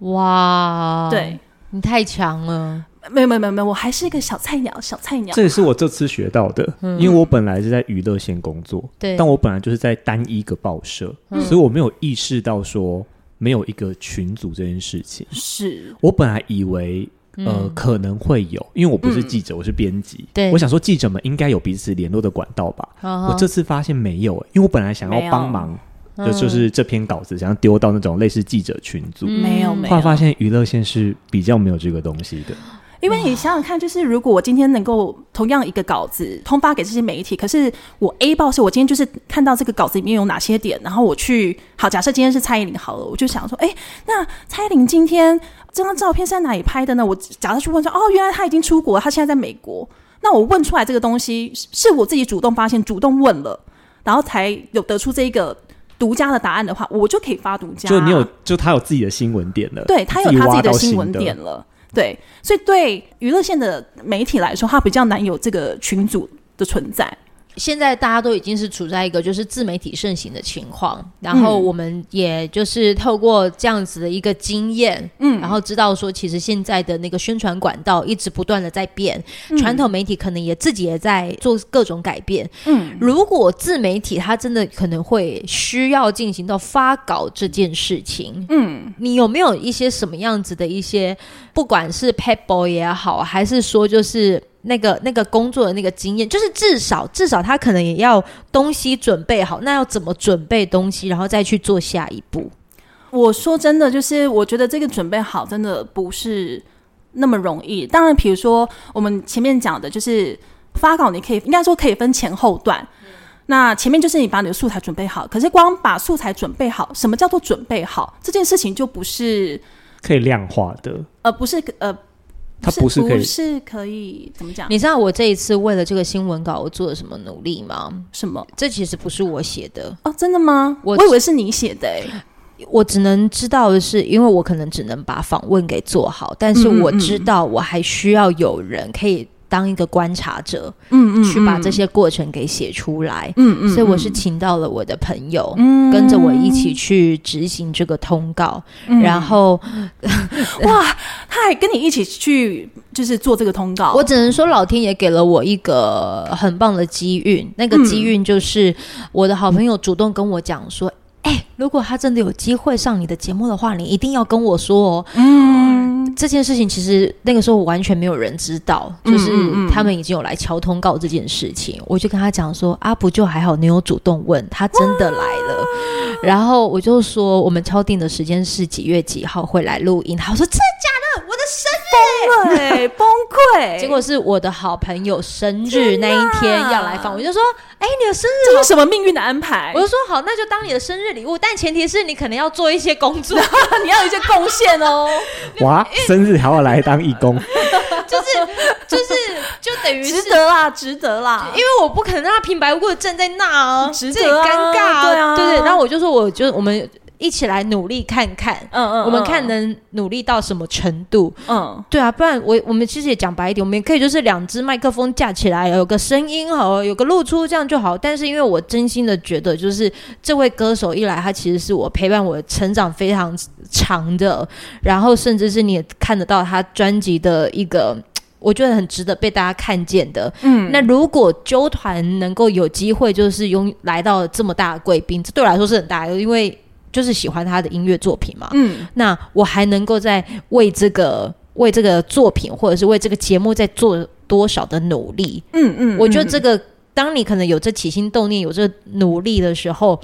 Speaker 1: 哇，
Speaker 2: 对，
Speaker 1: 你太强了，
Speaker 2: 没有没有没有没有，我还是一个小菜鸟，小菜鸟。
Speaker 3: 这也是我这次学到的，因为我本来是在娱乐线工作，
Speaker 1: 对
Speaker 3: 但我本来就是在单一个报社，所以我没有意识到说没有一个群组这件事情。
Speaker 2: 是
Speaker 3: 我本来以为。
Speaker 1: 嗯
Speaker 3: 呃，可能会有，因为我不是记者，我是编辑。
Speaker 1: 对
Speaker 3: 我想说记者们应该有彼此联络的管道吧。
Speaker 1: 我
Speaker 3: 我这次发现没有、欸因为我本来想
Speaker 2: 没
Speaker 3: 要
Speaker 2: 有
Speaker 3: 帮忙，就
Speaker 1: 嗯
Speaker 3: 就是这篇稿子想要丢到那种类似记者群组，
Speaker 1: 嗯
Speaker 2: 没有没
Speaker 3: 后来
Speaker 2: 有，
Speaker 3: 发现娱乐线是比较没有这个东西的。
Speaker 2: 因为你想想看，就是如果我今天能够同样一个稿子通发给这些媒体，可是我 A 报社，我今天就是看到这个稿子里面有哪些点，然后我去好，假设今天是蔡依林好了，我就想说，哎，那蔡依林今天这张照片是在哪里拍的呢？我假设去问说，哦，原来她已经出国，她现在在美国。那我问出来这个东西，是是我自己主动发现、主动问了，然后才有得出这一个独家的答案的话，我就可以发独家啊。
Speaker 3: 就你有，就他有自己的新闻点了，
Speaker 2: 对他有他自己
Speaker 3: 挖
Speaker 2: 的
Speaker 3: 到
Speaker 2: 新闻
Speaker 3: 新的
Speaker 2: 点了。对，所以对娱乐线的媒体来说，它比较难有这个群组的存在。
Speaker 1: 现在大家都已经是处在一个就是自媒体盛行的情况，然后我们也就是透过这样子的一个经验，嗯，然后知道说其实现在的那个宣传管道一直不断的在变，传统媒体可能也自己也在做各种改变。
Speaker 2: 嗯，
Speaker 1: 如果自媒体它真的可能会需要进行到发稿这件事情，嗯，你有没有一些什么样子的一些，不管是 p e t boy 也好，还是说就是那个那个工作的那个经验，就是至少至少他可能也要东西准备好，那要怎么准备东西，然后再去做下一步？
Speaker 2: 我说真的，就是我觉得这个准备好真的不是那么容易。当然，比如说我们前面讲的，就是发稿，你可以应该说可以分前后段。
Speaker 3: 嗯
Speaker 2: 那前面就是你把你的素材准备好，可是光把素材准备好，什么叫做准备好？这件事情就不是
Speaker 3: 可以量化的，
Speaker 2: 呃，不是呃，
Speaker 3: 它不是可以
Speaker 2: 不是可以怎么讲？
Speaker 1: 你知道我这一次为了这个新闻稿我做了什么努力吗？
Speaker 2: 什么？
Speaker 1: 这其实不是我写的，
Speaker 2: 哦，真的吗？
Speaker 1: 我
Speaker 2: 我以为是你写的、欸，
Speaker 1: 我只能知道的是，因为我可能只能把访问给做好，但是我
Speaker 2: 嗯
Speaker 1: 知道我还需要有人可以当一个观察者，
Speaker 2: 嗯
Speaker 1: 去把这，些过程给写出来。
Speaker 2: 嗯
Speaker 1: 所以我是请到了我的朋友，
Speaker 2: 嗯
Speaker 1: 跟着我一起去执行这个通告，
Speaker 2: 嗯
Speaker 1: 然后
Speaker 2: 哇，他还跟你一起去，就是做这个通告，
Speaker 1: 我只能说老天爷给了我一个很棒的机运，那个机运就是我的好朋友主动跟我讲说。哎、如果他真的有机会上你的节目的话，你一定要跟我说哦。
Speaker 2: 嗯，
Speaker 1: 这件事情其实那个时候我完全没有人知道，就是
Speaker 2: 嗯嗯嗯
Speaker 1: 他们已经有来敲通告这件事情，我就跟他讲说啊，不就还好，你有主动问，他真的来了。然后我就说我们敲定的时间是几月几号会来录音，他说真的假的，我的生
Speaker 2: 对， 崩溃，
Speaker 1: 结果是我的好朋友生日那一天要来访，我就说，哎、你的生日
Speaker 2: 这是什么命运的安
Speaker 1: 好，
Speaker 2: 排
Speaker 1: 我？就说好，那就当你的生日礼物，但前提是你可能要做一些工 作，
Speaker 2: 你要有一些贡献哦，
Speaker 3: 哇，生日还要来当义 工，
Speaker 1: 就是就是就等 于
Speaker 2: 值
Speaker 1: 是。
Speaker 2: 得啦，值得啦，
Speaker 1: 因为我不可能让他平白无故的站在那啊，
Speaker 2: 值
Speaker 1: 这也
Speaker 2: 得啊
Speaker 1: 尴尬
Speaker 2: 对啊
Speaker 1: 对对。然后我就说，我就我们一起来努力看看，
Speaker 2: 嗯嗯
Speaker 1: 我们看，能努力到什么程度。
Speaker 2: 嗯
Speaker 1: 对啊，不然我我们其实也讲白一点，我们也可以就是两只麦克风架起来，有个声音好，有个露出这样就好。但是因为我真心的觉得，就是这位歌手一来，他其实是我陪伴我成长非常长的，然后甚至是你也看得到他专辑的一个。我觉得很值得被大家看见的。
Speaker 2: 嗯，
Speaker 1: 那如果纠团能够有机会，就是拥来到这么大的贵宾，这对我来说是很大的，因为就是喜欢他的音乐作品嘛。
Speaker 2: 嗯，
Speaker 1: 那我还能够再为这个为这个作品或者是为这个节目再做多少的努力？
Speaker 2: 嗯嗯，
Speaker 1: 我觉得这
Speaker 2: 嗯
Speaker 1: 个，当你可能有这起心动念、有这努力的时候，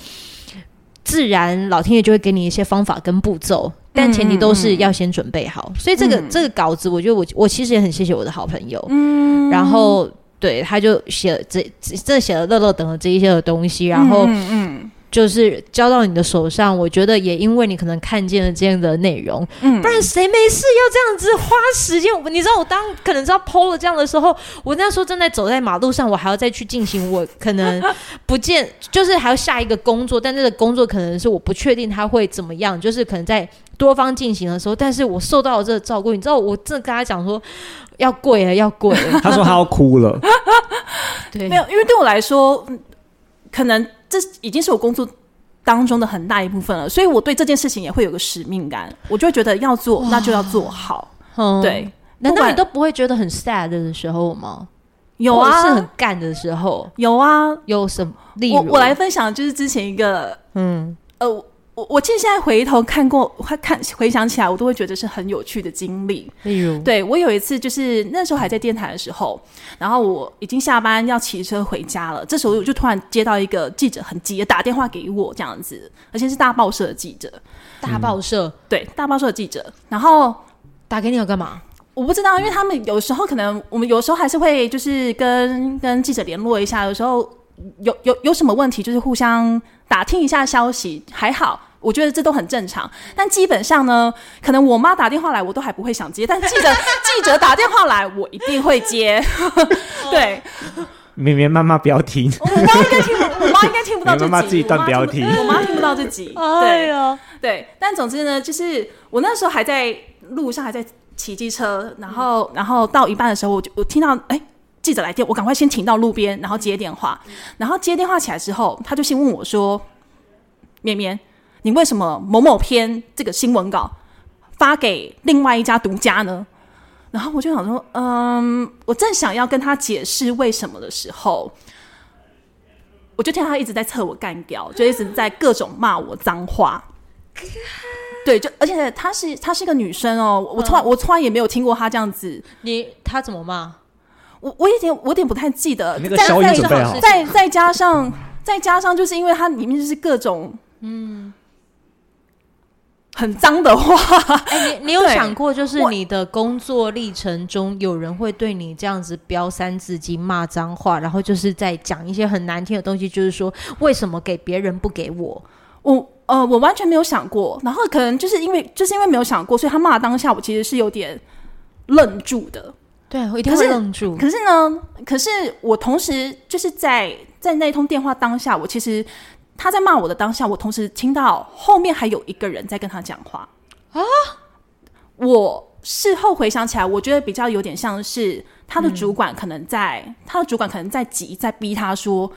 Speaker 1: 自然老天爷就会给你一些方法跟步骤。但前提都是要先准备好，所以这个、
Speaker 2: 嗯
Speaker 1: 这个稿子，我觉得我我其实也很谢谢我的好朋友，嗯，然后对他就写了这这这写了乐乐等的这一些的东西，然后
Speaker 2: 嗯嗯
Speaker 1: 就是交到你的手上，我觉得也因为你可能看见了这样的内容，
Speaker 2: 嗯
Speaker 1: 不然谁没事要这样子花时间？我你知道我当可能知道剖了这样的时候，我那时候正在走在马路上，我还要再去进行我可能不见，就是还要下一个工作，但这个工作可能是我不确定他会怎么样，就是可能在多方进行的时候，但是我受到了这个照顾，你知道我正跟他讲说要跪了，要跪了，
Speaker 3: 他说他要哭了，
Speaker 1: 对，
Speaker 2: 没有，因为对我来说，嗯可能这已经是我工作当中的很大一部分了，所以我对这件事情也会有个使命感，我就会觉得要做，那就要做好。
Speaker 1: 有
Speaker 2: 对，
Speaker 1: 难
Speaker 2: 不
Speaker 1: 道
Speaker 2: 管
Speaker 1: 嗯你都不会觉得很 sad 的时候吗？
Speaker 2: 有
Speaker 1: 或者是很
Speaker 2: 啊，
Speaker 1: 干的时候，
Speaker 2: 有啊。
Speaker 1: 有什么？例如
Speaker 2: 我我来分享，就是之前一个，
Speaker 1: 嗯，
Speaker 2: 呃，我我其实现在回头看过，看回想起来，我都会觉得是很有趣的经历。
Speaker 1: 例如，
Speaker 2: 对我有一次就是那时候还在电台的时候，然后我已经下班要骑车回家了，这时候我就突然接到一个记者很急的打电话给我这样子，而且是大报社的记者，
Speaker 1: 大报社、
Speaker 2: 对大报社的记者，然后。
Speaker 1: 打给你要干嘛？
Speaker 2: 我不知道，因为他们有时候可能，我们有时候还是会就是跟跟记者联络一下，有时候有有有什么问题，就是互相打听一下消息，还好，我觉得这都很正常。但基本上呢，可能我妈打电话来，我都还不会想接，但记者 记者打电话来，我一定会接。对，
Speaker 3: 绵绵妈妈不要听，
Speaker 2: 哦我妈应该听不，我妈应该听不到这集，
Speaker 3: 你妈妈自己断
Speaker 2: 我妈
Speaker 3: 标
Speaker 2: 听
Speaker 3: 题
Speaker 2: 不我妈听不到这集。 对，
Speaker 1: 哎呀，
Speaker 2: 对，但总之呢，就是我那时候还在路上，还在骑机车，然后然后到一半的时候，我就我听到哎。记者来电，我赶快先停到路边，然后接电话，然后接电话起来之后，他就先问我说：“绵绵，你为什么某某篇这个新闻稿发给另外一家独家呢？”然后我就想说：“嗯，我正想要跟他解释为什么的时候，我就听到他一直在测我干掉，就一直在各种骂我脏话。”对，就而且她是她是一个女生哦，我我从来、我从来也没有听过她这样子，
Speaker 1: 你他怎么骂？
Speaker 2: 我我有点我有点不太记得。
Speaker 3: 那个
Speaker 2: 再
Speaker 3: 消音
Speaker 2: 再
Speaker 3: 准备好
Speaker 2: 再再加上再加上，就是因为它里面就是各种嗯很脏的话，
Speaker 1: 哎， 你你有
Speaker 2: 对
Speaker 1: 想过，就是
Speaker 2: 我
Speaker 1: 你的工作历程中，有人会对你这样子飙三字经、骂脏话，然后就是在讲一些很难听的东西，就是说为什么给别人不给我？
Speaker 2: 我呃我完全没有想过。然后可能就是因为就是因为没有想过，所以他骂的当下我其实是有点愣住的。
Speaker 1: 对，我一定会愣住。
Speaker 2: 可是呢，可是我同时就是在在那通电话当下，我其实他在骂我的当下，我同时听到后面还有一个人在跟他讲话啊。我事后回想起来，我觉得比较有点像是他的主管可能在、他的主管可能在急，在逼他说：“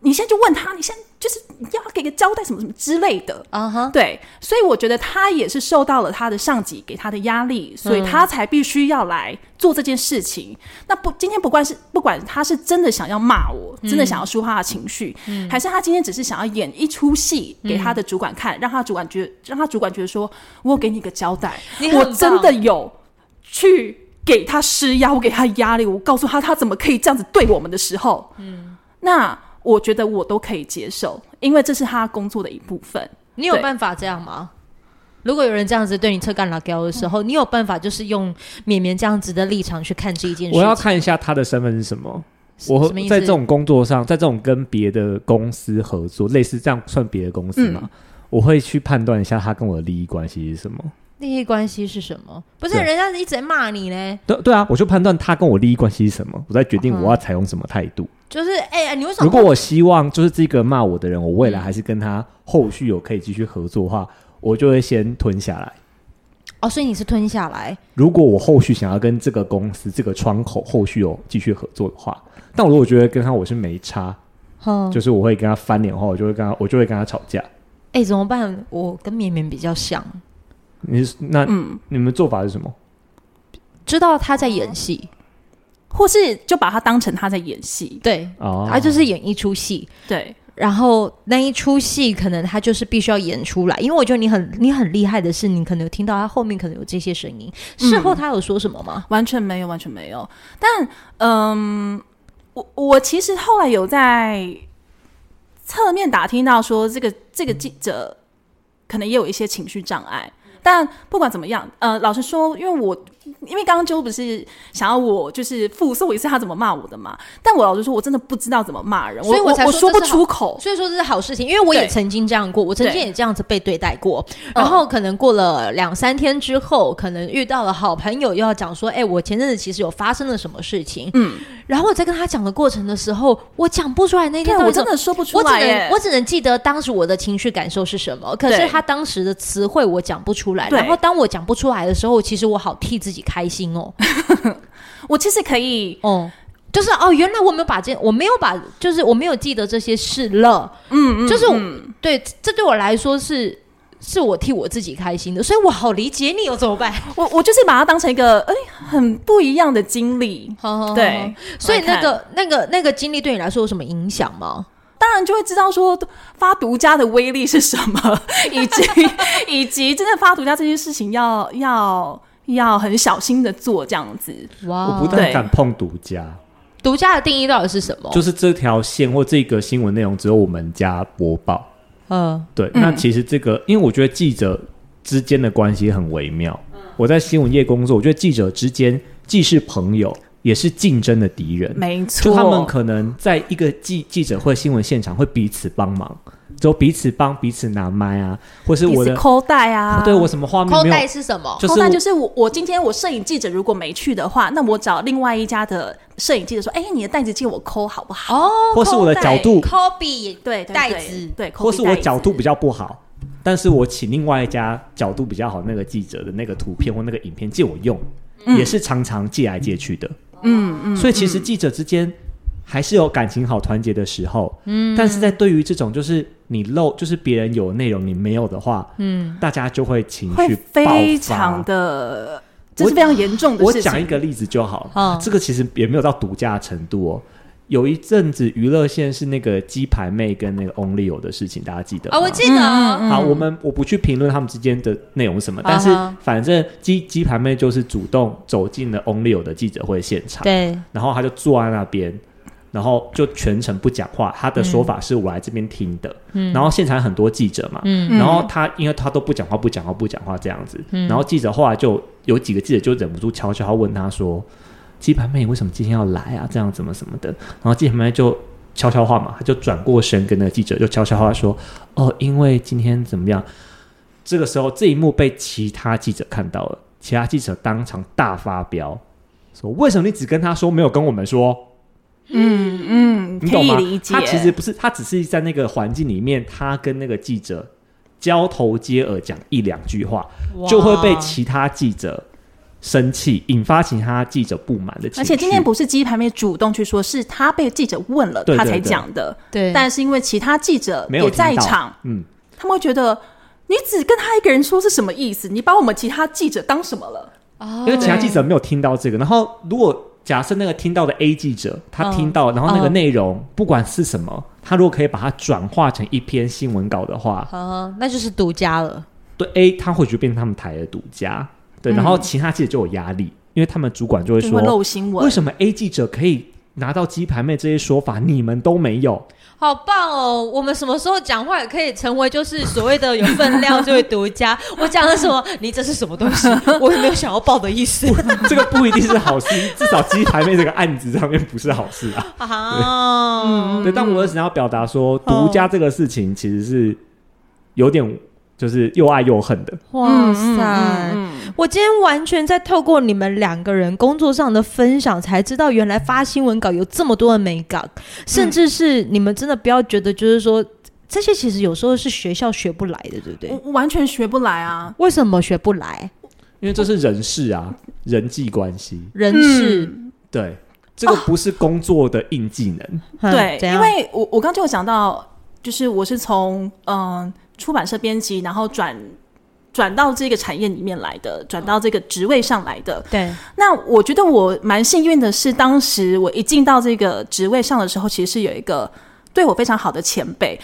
Speaker 2: 你现在就问他，你现在就是要给个交代什么什么之类的。”
Speaker 1: 啊哈，
Speaker 2: 对，所以我觉得他也是受到了他的上级给他的压力，所
Speaker 1: 嗯
Speaker 2: 以他才必须要来做这件事情。那不，今天不管是不管他是真的想要骂我，真的想要抒发他的情绪，
Speaker 1: 嗯
Speaker 2: 还是他今天只是想要演一出戏给他的主管看，
Speaker 1: 嗯
Speaker 2: 让他主管觉得，让他主管觉得说，我有给你个交代
Speaker 1: 你，
Speaker 2: 我
Speaker 1: 很
Speaker 2: 真的
Speaker 1: 棒
Speaker 2: 有去给他施压，我给他压力，我告诉他他怎么可以这样子对我们的时候，嗯，那我觉得我都可以接受，因为这是他工作的一部分。
Speaker 1: 你有
Speaker 2: 对
Speaker 1: 办法这样吗？如果有人这样子对你侧干拉胶的时候，你有办法就是用绵绵这样子的立场去看这一件事情？
Speaker 3: 我要看一下他的身份是什么。
Speaker 1: 什
Speaker 3: 我
Speaker 1: 什么意思
Speaker 3: 在这种工作上，在这种跟别的公司合作，类似这样算别的公司
Speaker 2: 嗯
Speaker 3: 吗？我会去判断一下他跟我的利益关系是什么。
Speaker 1: 利益关系是什么？不是
Speaker 3: 对
Speaker 1: 人家一直在骂你嘞，
Speaker 3: 对对啊，我就判断他跟我利益关系是什么，我再
Speaker 2: 嗯
Speaker 3: 决定我要采用什么态度。
Speaker 1: 就是哎、呀，你为什么？
Speaker 3: 如果我希望就是这个骂我的人，我未来还是跟他后续有可以继续合作的话，我就会先吞下来。
Speaker 1: 哦，所以你是吞下来，
Speaker 3: 如果我后续想要跟这个公司这个窗口后续有继续合作的话，但我如果觉得跟他我是没差，
Speaker 1: 嗯，
Speaker 3: 就是我会跟他翻脸的话，我就会跟他我就会跟他吵架。
Speaker 1: 哎、怎么办？我跟绵绵比较像，
Speaker 3: 你是那、
Speaker 1: 嗯
Speaker 2: 嗯
Speaker 3: 你们做法是什么？
Speaker 1: 知道他在演戏，
Speaker 3: 哦
Speaker 2: 或是就把他当成他在演戏。
Speaker 1: 对，
Speaker 3: 哦
Speaker 1: 他啊就是演一出戏，
Speaker 2: 对，
Speaker 1: 然后那一出戏可能他就是必须要演出来，因为我觉得你很你很厉害的是，你可能有听到他后面可能有这些声音，事
Speaker 3: 嗯
Speaker 1: 后他有说什么吗？
Speaker 2: 完全没有，完全没有。但嗯，我我其实后来有在侧面打听到说，这个这个记者可能也有一些情绪障碍。但不管怎么样，呃，老实说，因为我因为刚刚周不是想要我就是复述一次他怎么骂我的嘛，但我老实说，我真的不知道怎么骂人，
Speaker 1: 所以
Speaker 2: 我
Speaker 1: 我才
Speaker 2: 我
Speaker 1: 说
Speaker 2: 说
Speaker 1: 这
Speaker 2: 不
Speaker 1: 是
Speaker 2: 出口。
Speaker 1: 所以说这是好事情，因为我也
Speaker 2: 对
Speaker 1: 曾经这样过，我曾经
Speaker 2: 对嗯
Speaker 1: 也这样子被对待过。然后可能过了两三天之后，可能遇到了好朋友，又要讲说：“哎、我前阵子其实有发生了什么事情。”嗯，然后我在跟他讲的过程的时候，我讲不出来那
Speaker 2: 对
Speaker 1: 天，到
Speaker 2: 我
Speaker 1: 底怎么。
Speaker 2: 真的说不出
Speaker 1: 我只
Speaker 2: 来耶
Speaker 1: 能我。只能记得当时我的情绪感受是什么，可是
Speaker 2: 对
Speaker 1: 他当时的词汇我讲不出来。
Speaker 2: 对
Speaker 1: 然后当我讲 不出来的时候，其实我好替自己开心哦。
Speaker 2: 我其实可以
Speaker 1: 哦、就是哦，原来我没有把这，我没有把，就是我没有记得这些事了。
Speaker 2: 嗯嗯，
Speaker 1: 就是我
Speaker 2: 嗯
Speaker 1: 对，这对我来说是是我替我自己开心的，所以我好理解你哦，怎么办？
Speaker 2: 我我就是把它当成一个哎、很不一样的经历。
Speaker 1: 哦
Speaker 2: 对，
Speaker 1: 所以
Speaker 2: 我来
Speaker 1: 那
Speaker 2: 看
Speaker 1: 个那个那个经历对你来说有什么影响吗？
Speaker 2: 当然就会知道说发独家的威力是什么，以及以及真的发独家这件事情要要要很小心的做这样子。
Speaker 1: 哇
Speaker 3: 我不但
Speaker 2: 对
Speaker 3: 敢碰独家，
Speaker 1: 独家的定义到底是什么？
Speaker 3: 就是这条线或这个新闻内容只有我们家播报。
Speaker 1: 嗯
Speaker 3: 对，
Speaker 2: 嗯
Speaker 3: 那其实这个，因为我觉得记者之间的关系很微妙。我在新闻业工作，我觉得记者之间既是朋友，也是竞争的敌人。
Speaker 2: 没
Speaker 3: 就
Speaker 2: 错，
Speaker 3: 他们可能在一个记记者会、新闻现场会彼此帮忙，就彼此帮彼此拿麦啊，或是
Speaker 2: 彼
Speaker 3: 我
Speaker 2: 此
Speaker 3: 的
Speaker 2: 扣带啊，
Speaker 3: 对我什么画面
Speaker 1: 扣
Speaker 3: 没
Speaker 1: 带
Speaker 3: 有，
Speaker 1: 是什么？
Speaker 3: 就是
Speaker 2: 后来
Speaker 3: 我
Speaker 2: 就是我，我今天我摄影记者如果没去的话，那我找另外一家的摄影记者说，哎、你的袋子借我抠好不好？
Speaker 1: 哦，
Speaker 3: 或是我的
Speaker 1: 扣带
Speaker 3: 角度，
Speaker 1: 抠比
Speaker 2: 对，对
Speaker 1: 袋
Speaker 2: 对
Speaker 1: 子
Speaker 2: 对，抠
Speaker 3: 或
Speaker 2: 鼻
Speaker 3: 是我
Speaker 2: 袋子
Speaker 3: 角度比较不好，但是我请另外一家角度比较好那个记者的那个图片或那个影片借我用，也是常常借来借去的。
Speaker 2: 嗯嗯，
Speaker 3: 所以其实记者之间还是有感情好、团结的时候。嗯，但是在对于这种就是你漏，就是别人有内容你没有的话，嗯，大家就会情
Speaker 2: 会
Speaker 3: 绪爆发
Speaker 2: 非常。的，这
Speaker 3: 我
Speaker 2: 是非常严重的
Speaker 3: 我
Speaker 2: 事情。
Speaker 3: 讲一个例子就好，
Speaker 1: 嗯
Speaker 3: 这个其实也没有到独家的程度哦。有一阵子娱乐线是那个鸡排妹跟那个 Only 有的事情，大家记得
Speaker 1: 啊，
Speaker 2: 哦
Speaker 3: 吗
Speaker 1: 我记得啊，
Speaker 2: 嗯
Speaker 3: 好，我们我不去评论他们之间的内容是什么，但是
Speaker 1: 啊哈
Speaker 3: 反正鸡鸡排妹就是主动走进了 Only 有的记者会现场，
Speaker 1: 对，
Speaker 3: 然后他就坐在那边，然后就全程不讲话。他的说法是我来这边听的，然后现场很多记者嘛，
Speaker 1: 嗯
Speaker 2: 嗯
Speaker 3: 然后他因为他都不讲话，不讲话，不讲话这样子，然后记者后来就有几个记者就忍不住悄悄问他说：“鸡排妹，你为什么今天要来啊？这样怎么什么的？”然后鸡排妹就。悄悄话嘛，他就转过身跟那个记者就悄悄话说：“哦，因为今天怎么样？”这个时候这一幕被其他记者看到了，其他记者当场大发飙，说：“为什么你只跟他说，没有跟我们说？”
Speaker 2: 嗯嗯，
Speaker 3: 你
Speaker 2: 可
Speaker 3: 懂
Speaker 2: 以
Speaker 3: 吗
Speaker 2: 理？解。
Speaker 3: 他其实不是，他只是在那个环境里面，他跟那个记者交头接耳讲一两句话，就会被其他记者生气，引发其他记者不满的情绪。
Speaker 2: 而且今天不是鸡排妹主动去说，是他被记者问了，
Speaker 3: 对
Speaker 2: 他
Speaker 3: 对
Speaker 2: 才
Speaker 3: 对
Speaker 2: 讲的。
Speaker 1: 对，
Speaker 2: 但是因为其他记者
Speaker 3: 没有
Speaker 2: 也
Speaker 3: 听到
Speaker 2: 在场，，
Speaker 3: 嗯，
Speaker 2: 他们会觉得你只跟他一个人说是什么意思？你把我们其他记者当什么了？
Speaker 1: 因
Speaker 3: 因为其他记者没有听到这个。然后如果假设那个听到的 A 记者，他听到，然后那个
Speaker 1: 嗯
Speaker 3: 内容不管是什么，他如果可以把它转化成一篇新闻稿的话，
Speaker 1: 啊，那就是独家了。
Speaker 3: 对 A，他或许变成他们台的独家，对，然后其他记者就有压力，因为他们主管就
Speaker 2: 嗯
Speaker 3: 会
Speaker 2: 就
Speaker 3: 说
Speaker 2: 会漏新闻
Speaker 3: 为。什么 A 记者可以拿到鸡排妹这些说法，你们都没 有？
Speaker 1: 好棒哦！我们什么时候讲话也可以成为就是所谓的有分量就会独家。 我讲了什么？你这是什么东西？ 我也没有想要报的意思
Speaker 3: 这个不一定是好事，至少鸡排妹这个案子上面不是好事 啊。
Speaker 1: 啊。
Speaker 3: 对，但我只想要表达说，独家这个事情其实是有点就是又爱又恨的。
Speaker 1: 哇
Speaker 2: 嗯
Speaker 1: 塞！
Speaker 2: 嗯嗯
Speaker 1: 我今天完全在透过你们两个人工作上的分享，才知道原来发新闻稿有这么多的美感，甚至是你们真的不要觉得就是说这些其实有时候是学校学不来的，对不对？
Speaker 2: 嗯我完全学不来啊。
Speaker 1: 为什么学不来？
Speaker 3: 因为这是人事啊，人际关系，
Speaker 1: 人事、
Speaker 2: 嗯
Speaker 3: 对，这个不是工作的硬技能，
Speaker 1: 嗯
Speaker 2: 对，
Speaker 1: 怎
Speaker 2: 因
Speaker 1: 样
Speaker 2: 为我我刚就有讲到，就是我是从嗯、出版社编辑，然后转转到这个产业里面来的，转到这个职位上来的。
Speaker 1: 对
Speaker 2: 那我觉得我蛮幸运的是，当时我一进到这个职位上的时候，其实是有一个对我非常好的前辈，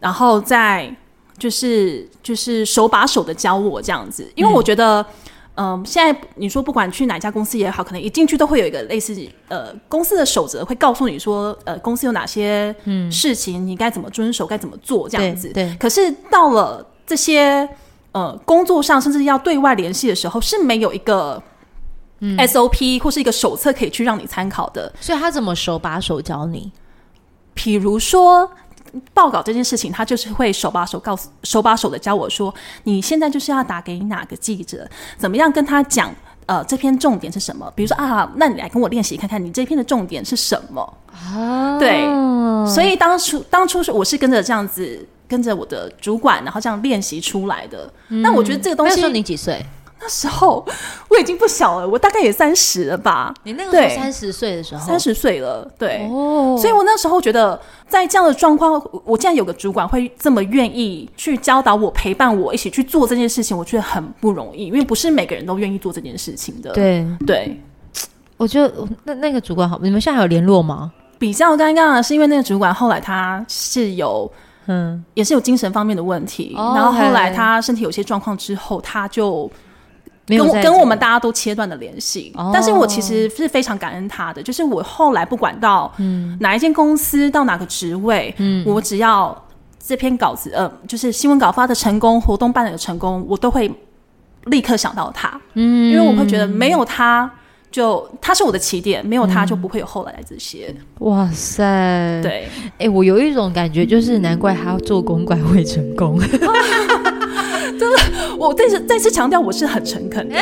Speaker 2: 然后在就是就是手把手的教我这样子，因为我觉得。嗯现在你说不管去哪家公司也好，可能一进去都会有一个类似呃公司的守则，会告诉你说呃公司有哪些事情你该怎么遵守，该怎么做这样子。
Speaker 1: 对对
Speaker 2: 可是到了这些呃工作上，甚至要对外联系的时候，是没有一个
Speaker 1: 嗯
Speaker 2: SOP 或是一个手册可以去让你参考的。
Speaker 1: 所以他怎么手把手教你？
Speaker 2: 比如说报告这件事情，他就是会手把手告诉、手把手的教我说，你现在就是要打给哪个记者，怎么样跟他讲。呃，这篇重点是什么？比如说啊，那你来跟我练习看看，你这篇的重点是什么？
Speaker 1: 啊
Speaker 2: 对所以当初当初是我是跟着这样
Speaker 1: 嗯
Speaker 2: 子，跟着我的主管，然后这样练习出来的。那我觉得这个东
Speaker 1: 那
Speaker 2: 西
Speaker 1: 时候你几岁？
Speaker 2: 那那时候我已经不小了，我大概也三十了吧，
Speaker 1: 你那个时候
Speaker 2: 对
Speaker 1: 三十岁的时候，
Speaker 2: 三十岁了，对。
Speaker 1: 哦，
Speaker 2: 所以我那时候觉得，在这样的状况，我我竟然有个主管会这么愿意去教导我、陪伴我一起去做这件事情，我觉得很不容易，因为不是每个人都愿意做这件事情的。
Speaker 1: 对，
Speaker 2: 对，
Speaker 1: 我觉得那那个主管好，你们现在还有联络吗？
Speaker 2: 比较尴尬的是，因为那个主管后来他是有
Speaker 1: 嗯，
Speaker 2: 也是有精神方面的问题，
Speaker 1: 哦
Speaker 2: 然后后来
Speaker 1: 嘿
Speaker 2: 他身体有些状况之后，他就
Speaker 1: 没有
Speaker 2: 跟我
Speaker 1: 在
Speaker 2: 跟我们大家都切断了联系。
Speaker 1: 哦
Speaker 2: 但是我其实是非常感恩他的，就是我后来不管到
Speaker 1: 嗯
Speaker 2: 哪一间公司，到哪个职位，我只要这篇稿子，呃，就是新闻稿发的成功，活动办的成功，我都会立刻想到他，嗯，因为我会觉得没有他。就他是我的起点，没有他
Speaker 1: 嗯
Speaker 2: 就不会有后来的这些。
Speaker 1: 哇塞，，
Speaker 2: 对，
Speaker 1: 哎、我有一种感觉，就是难怪他做公关会成功。
Speaker 2: 我但是再次强调，我是很诚恳的。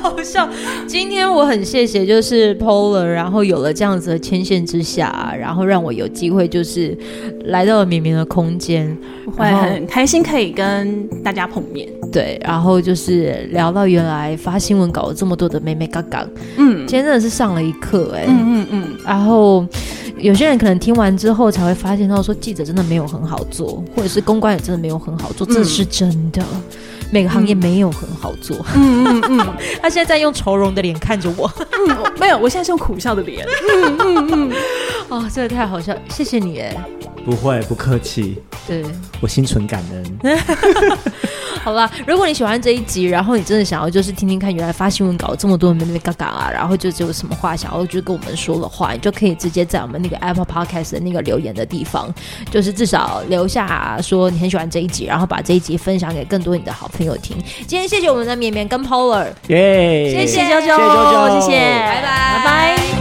Speaker 1: 好笑。今天我很谢谢，就是 Polar，然后有了这样子的牵线之下，然后让我有机会就是来到了绵绵的空间，
Speaker 2: 会很开心可以跟大家碰面。
Speaker 1: 对，然后就是聊到原来发新闻搞了这么多的美美嘎嘎，
Speaker 2: 嗯
Speaker 1: 今天真的是上了一课哎、
Speaker 2: 嗯嗯嗯，
Speaker 1: 然后有些人可能听完之后才会发现到说，记者真的没有很好做，或者是公关也真的没有很好做，这
Speaker 2: 嗯
Speaker 1: 是真的。每个行业没有很好做，
Speaker 2: 嗯嗯嗯嗯
Speaker 1: 他现在在用愁容的脸看着我，
Speaker 2: 嗯，我没有，我现在是用苦笑的脸。
Speaker 1: 哦，这个太好笑，谢谢你哎，
Speaker 3: 哦不会，不客气，
Speaker 1: 对。
Speaker 3: 我心存感恩。
Speaker 1: 好啦，如果你喜欢这一集，然后你真的想要就是听听看，原来发新闻稿这么多妹妹嘎嘎啊，然后就只有什么话想要就跟我们说的话，你就可以直接在我们那个 Apple Podcast 的那个留言的地方，就是至少留下说你很喜欢这一集，然后把这一集分享给更多你的好朋友听。今天谢谢我们的绵绵跟 Polar，
Speaker 3: 耶！
Speaker 1: 谢
Speaker 2: 谢啾啾
Speaker 3: 啾啾
Speaker 2: 谢谢，
Speaker 1: 拜拜
Speaker 2: 拜拜。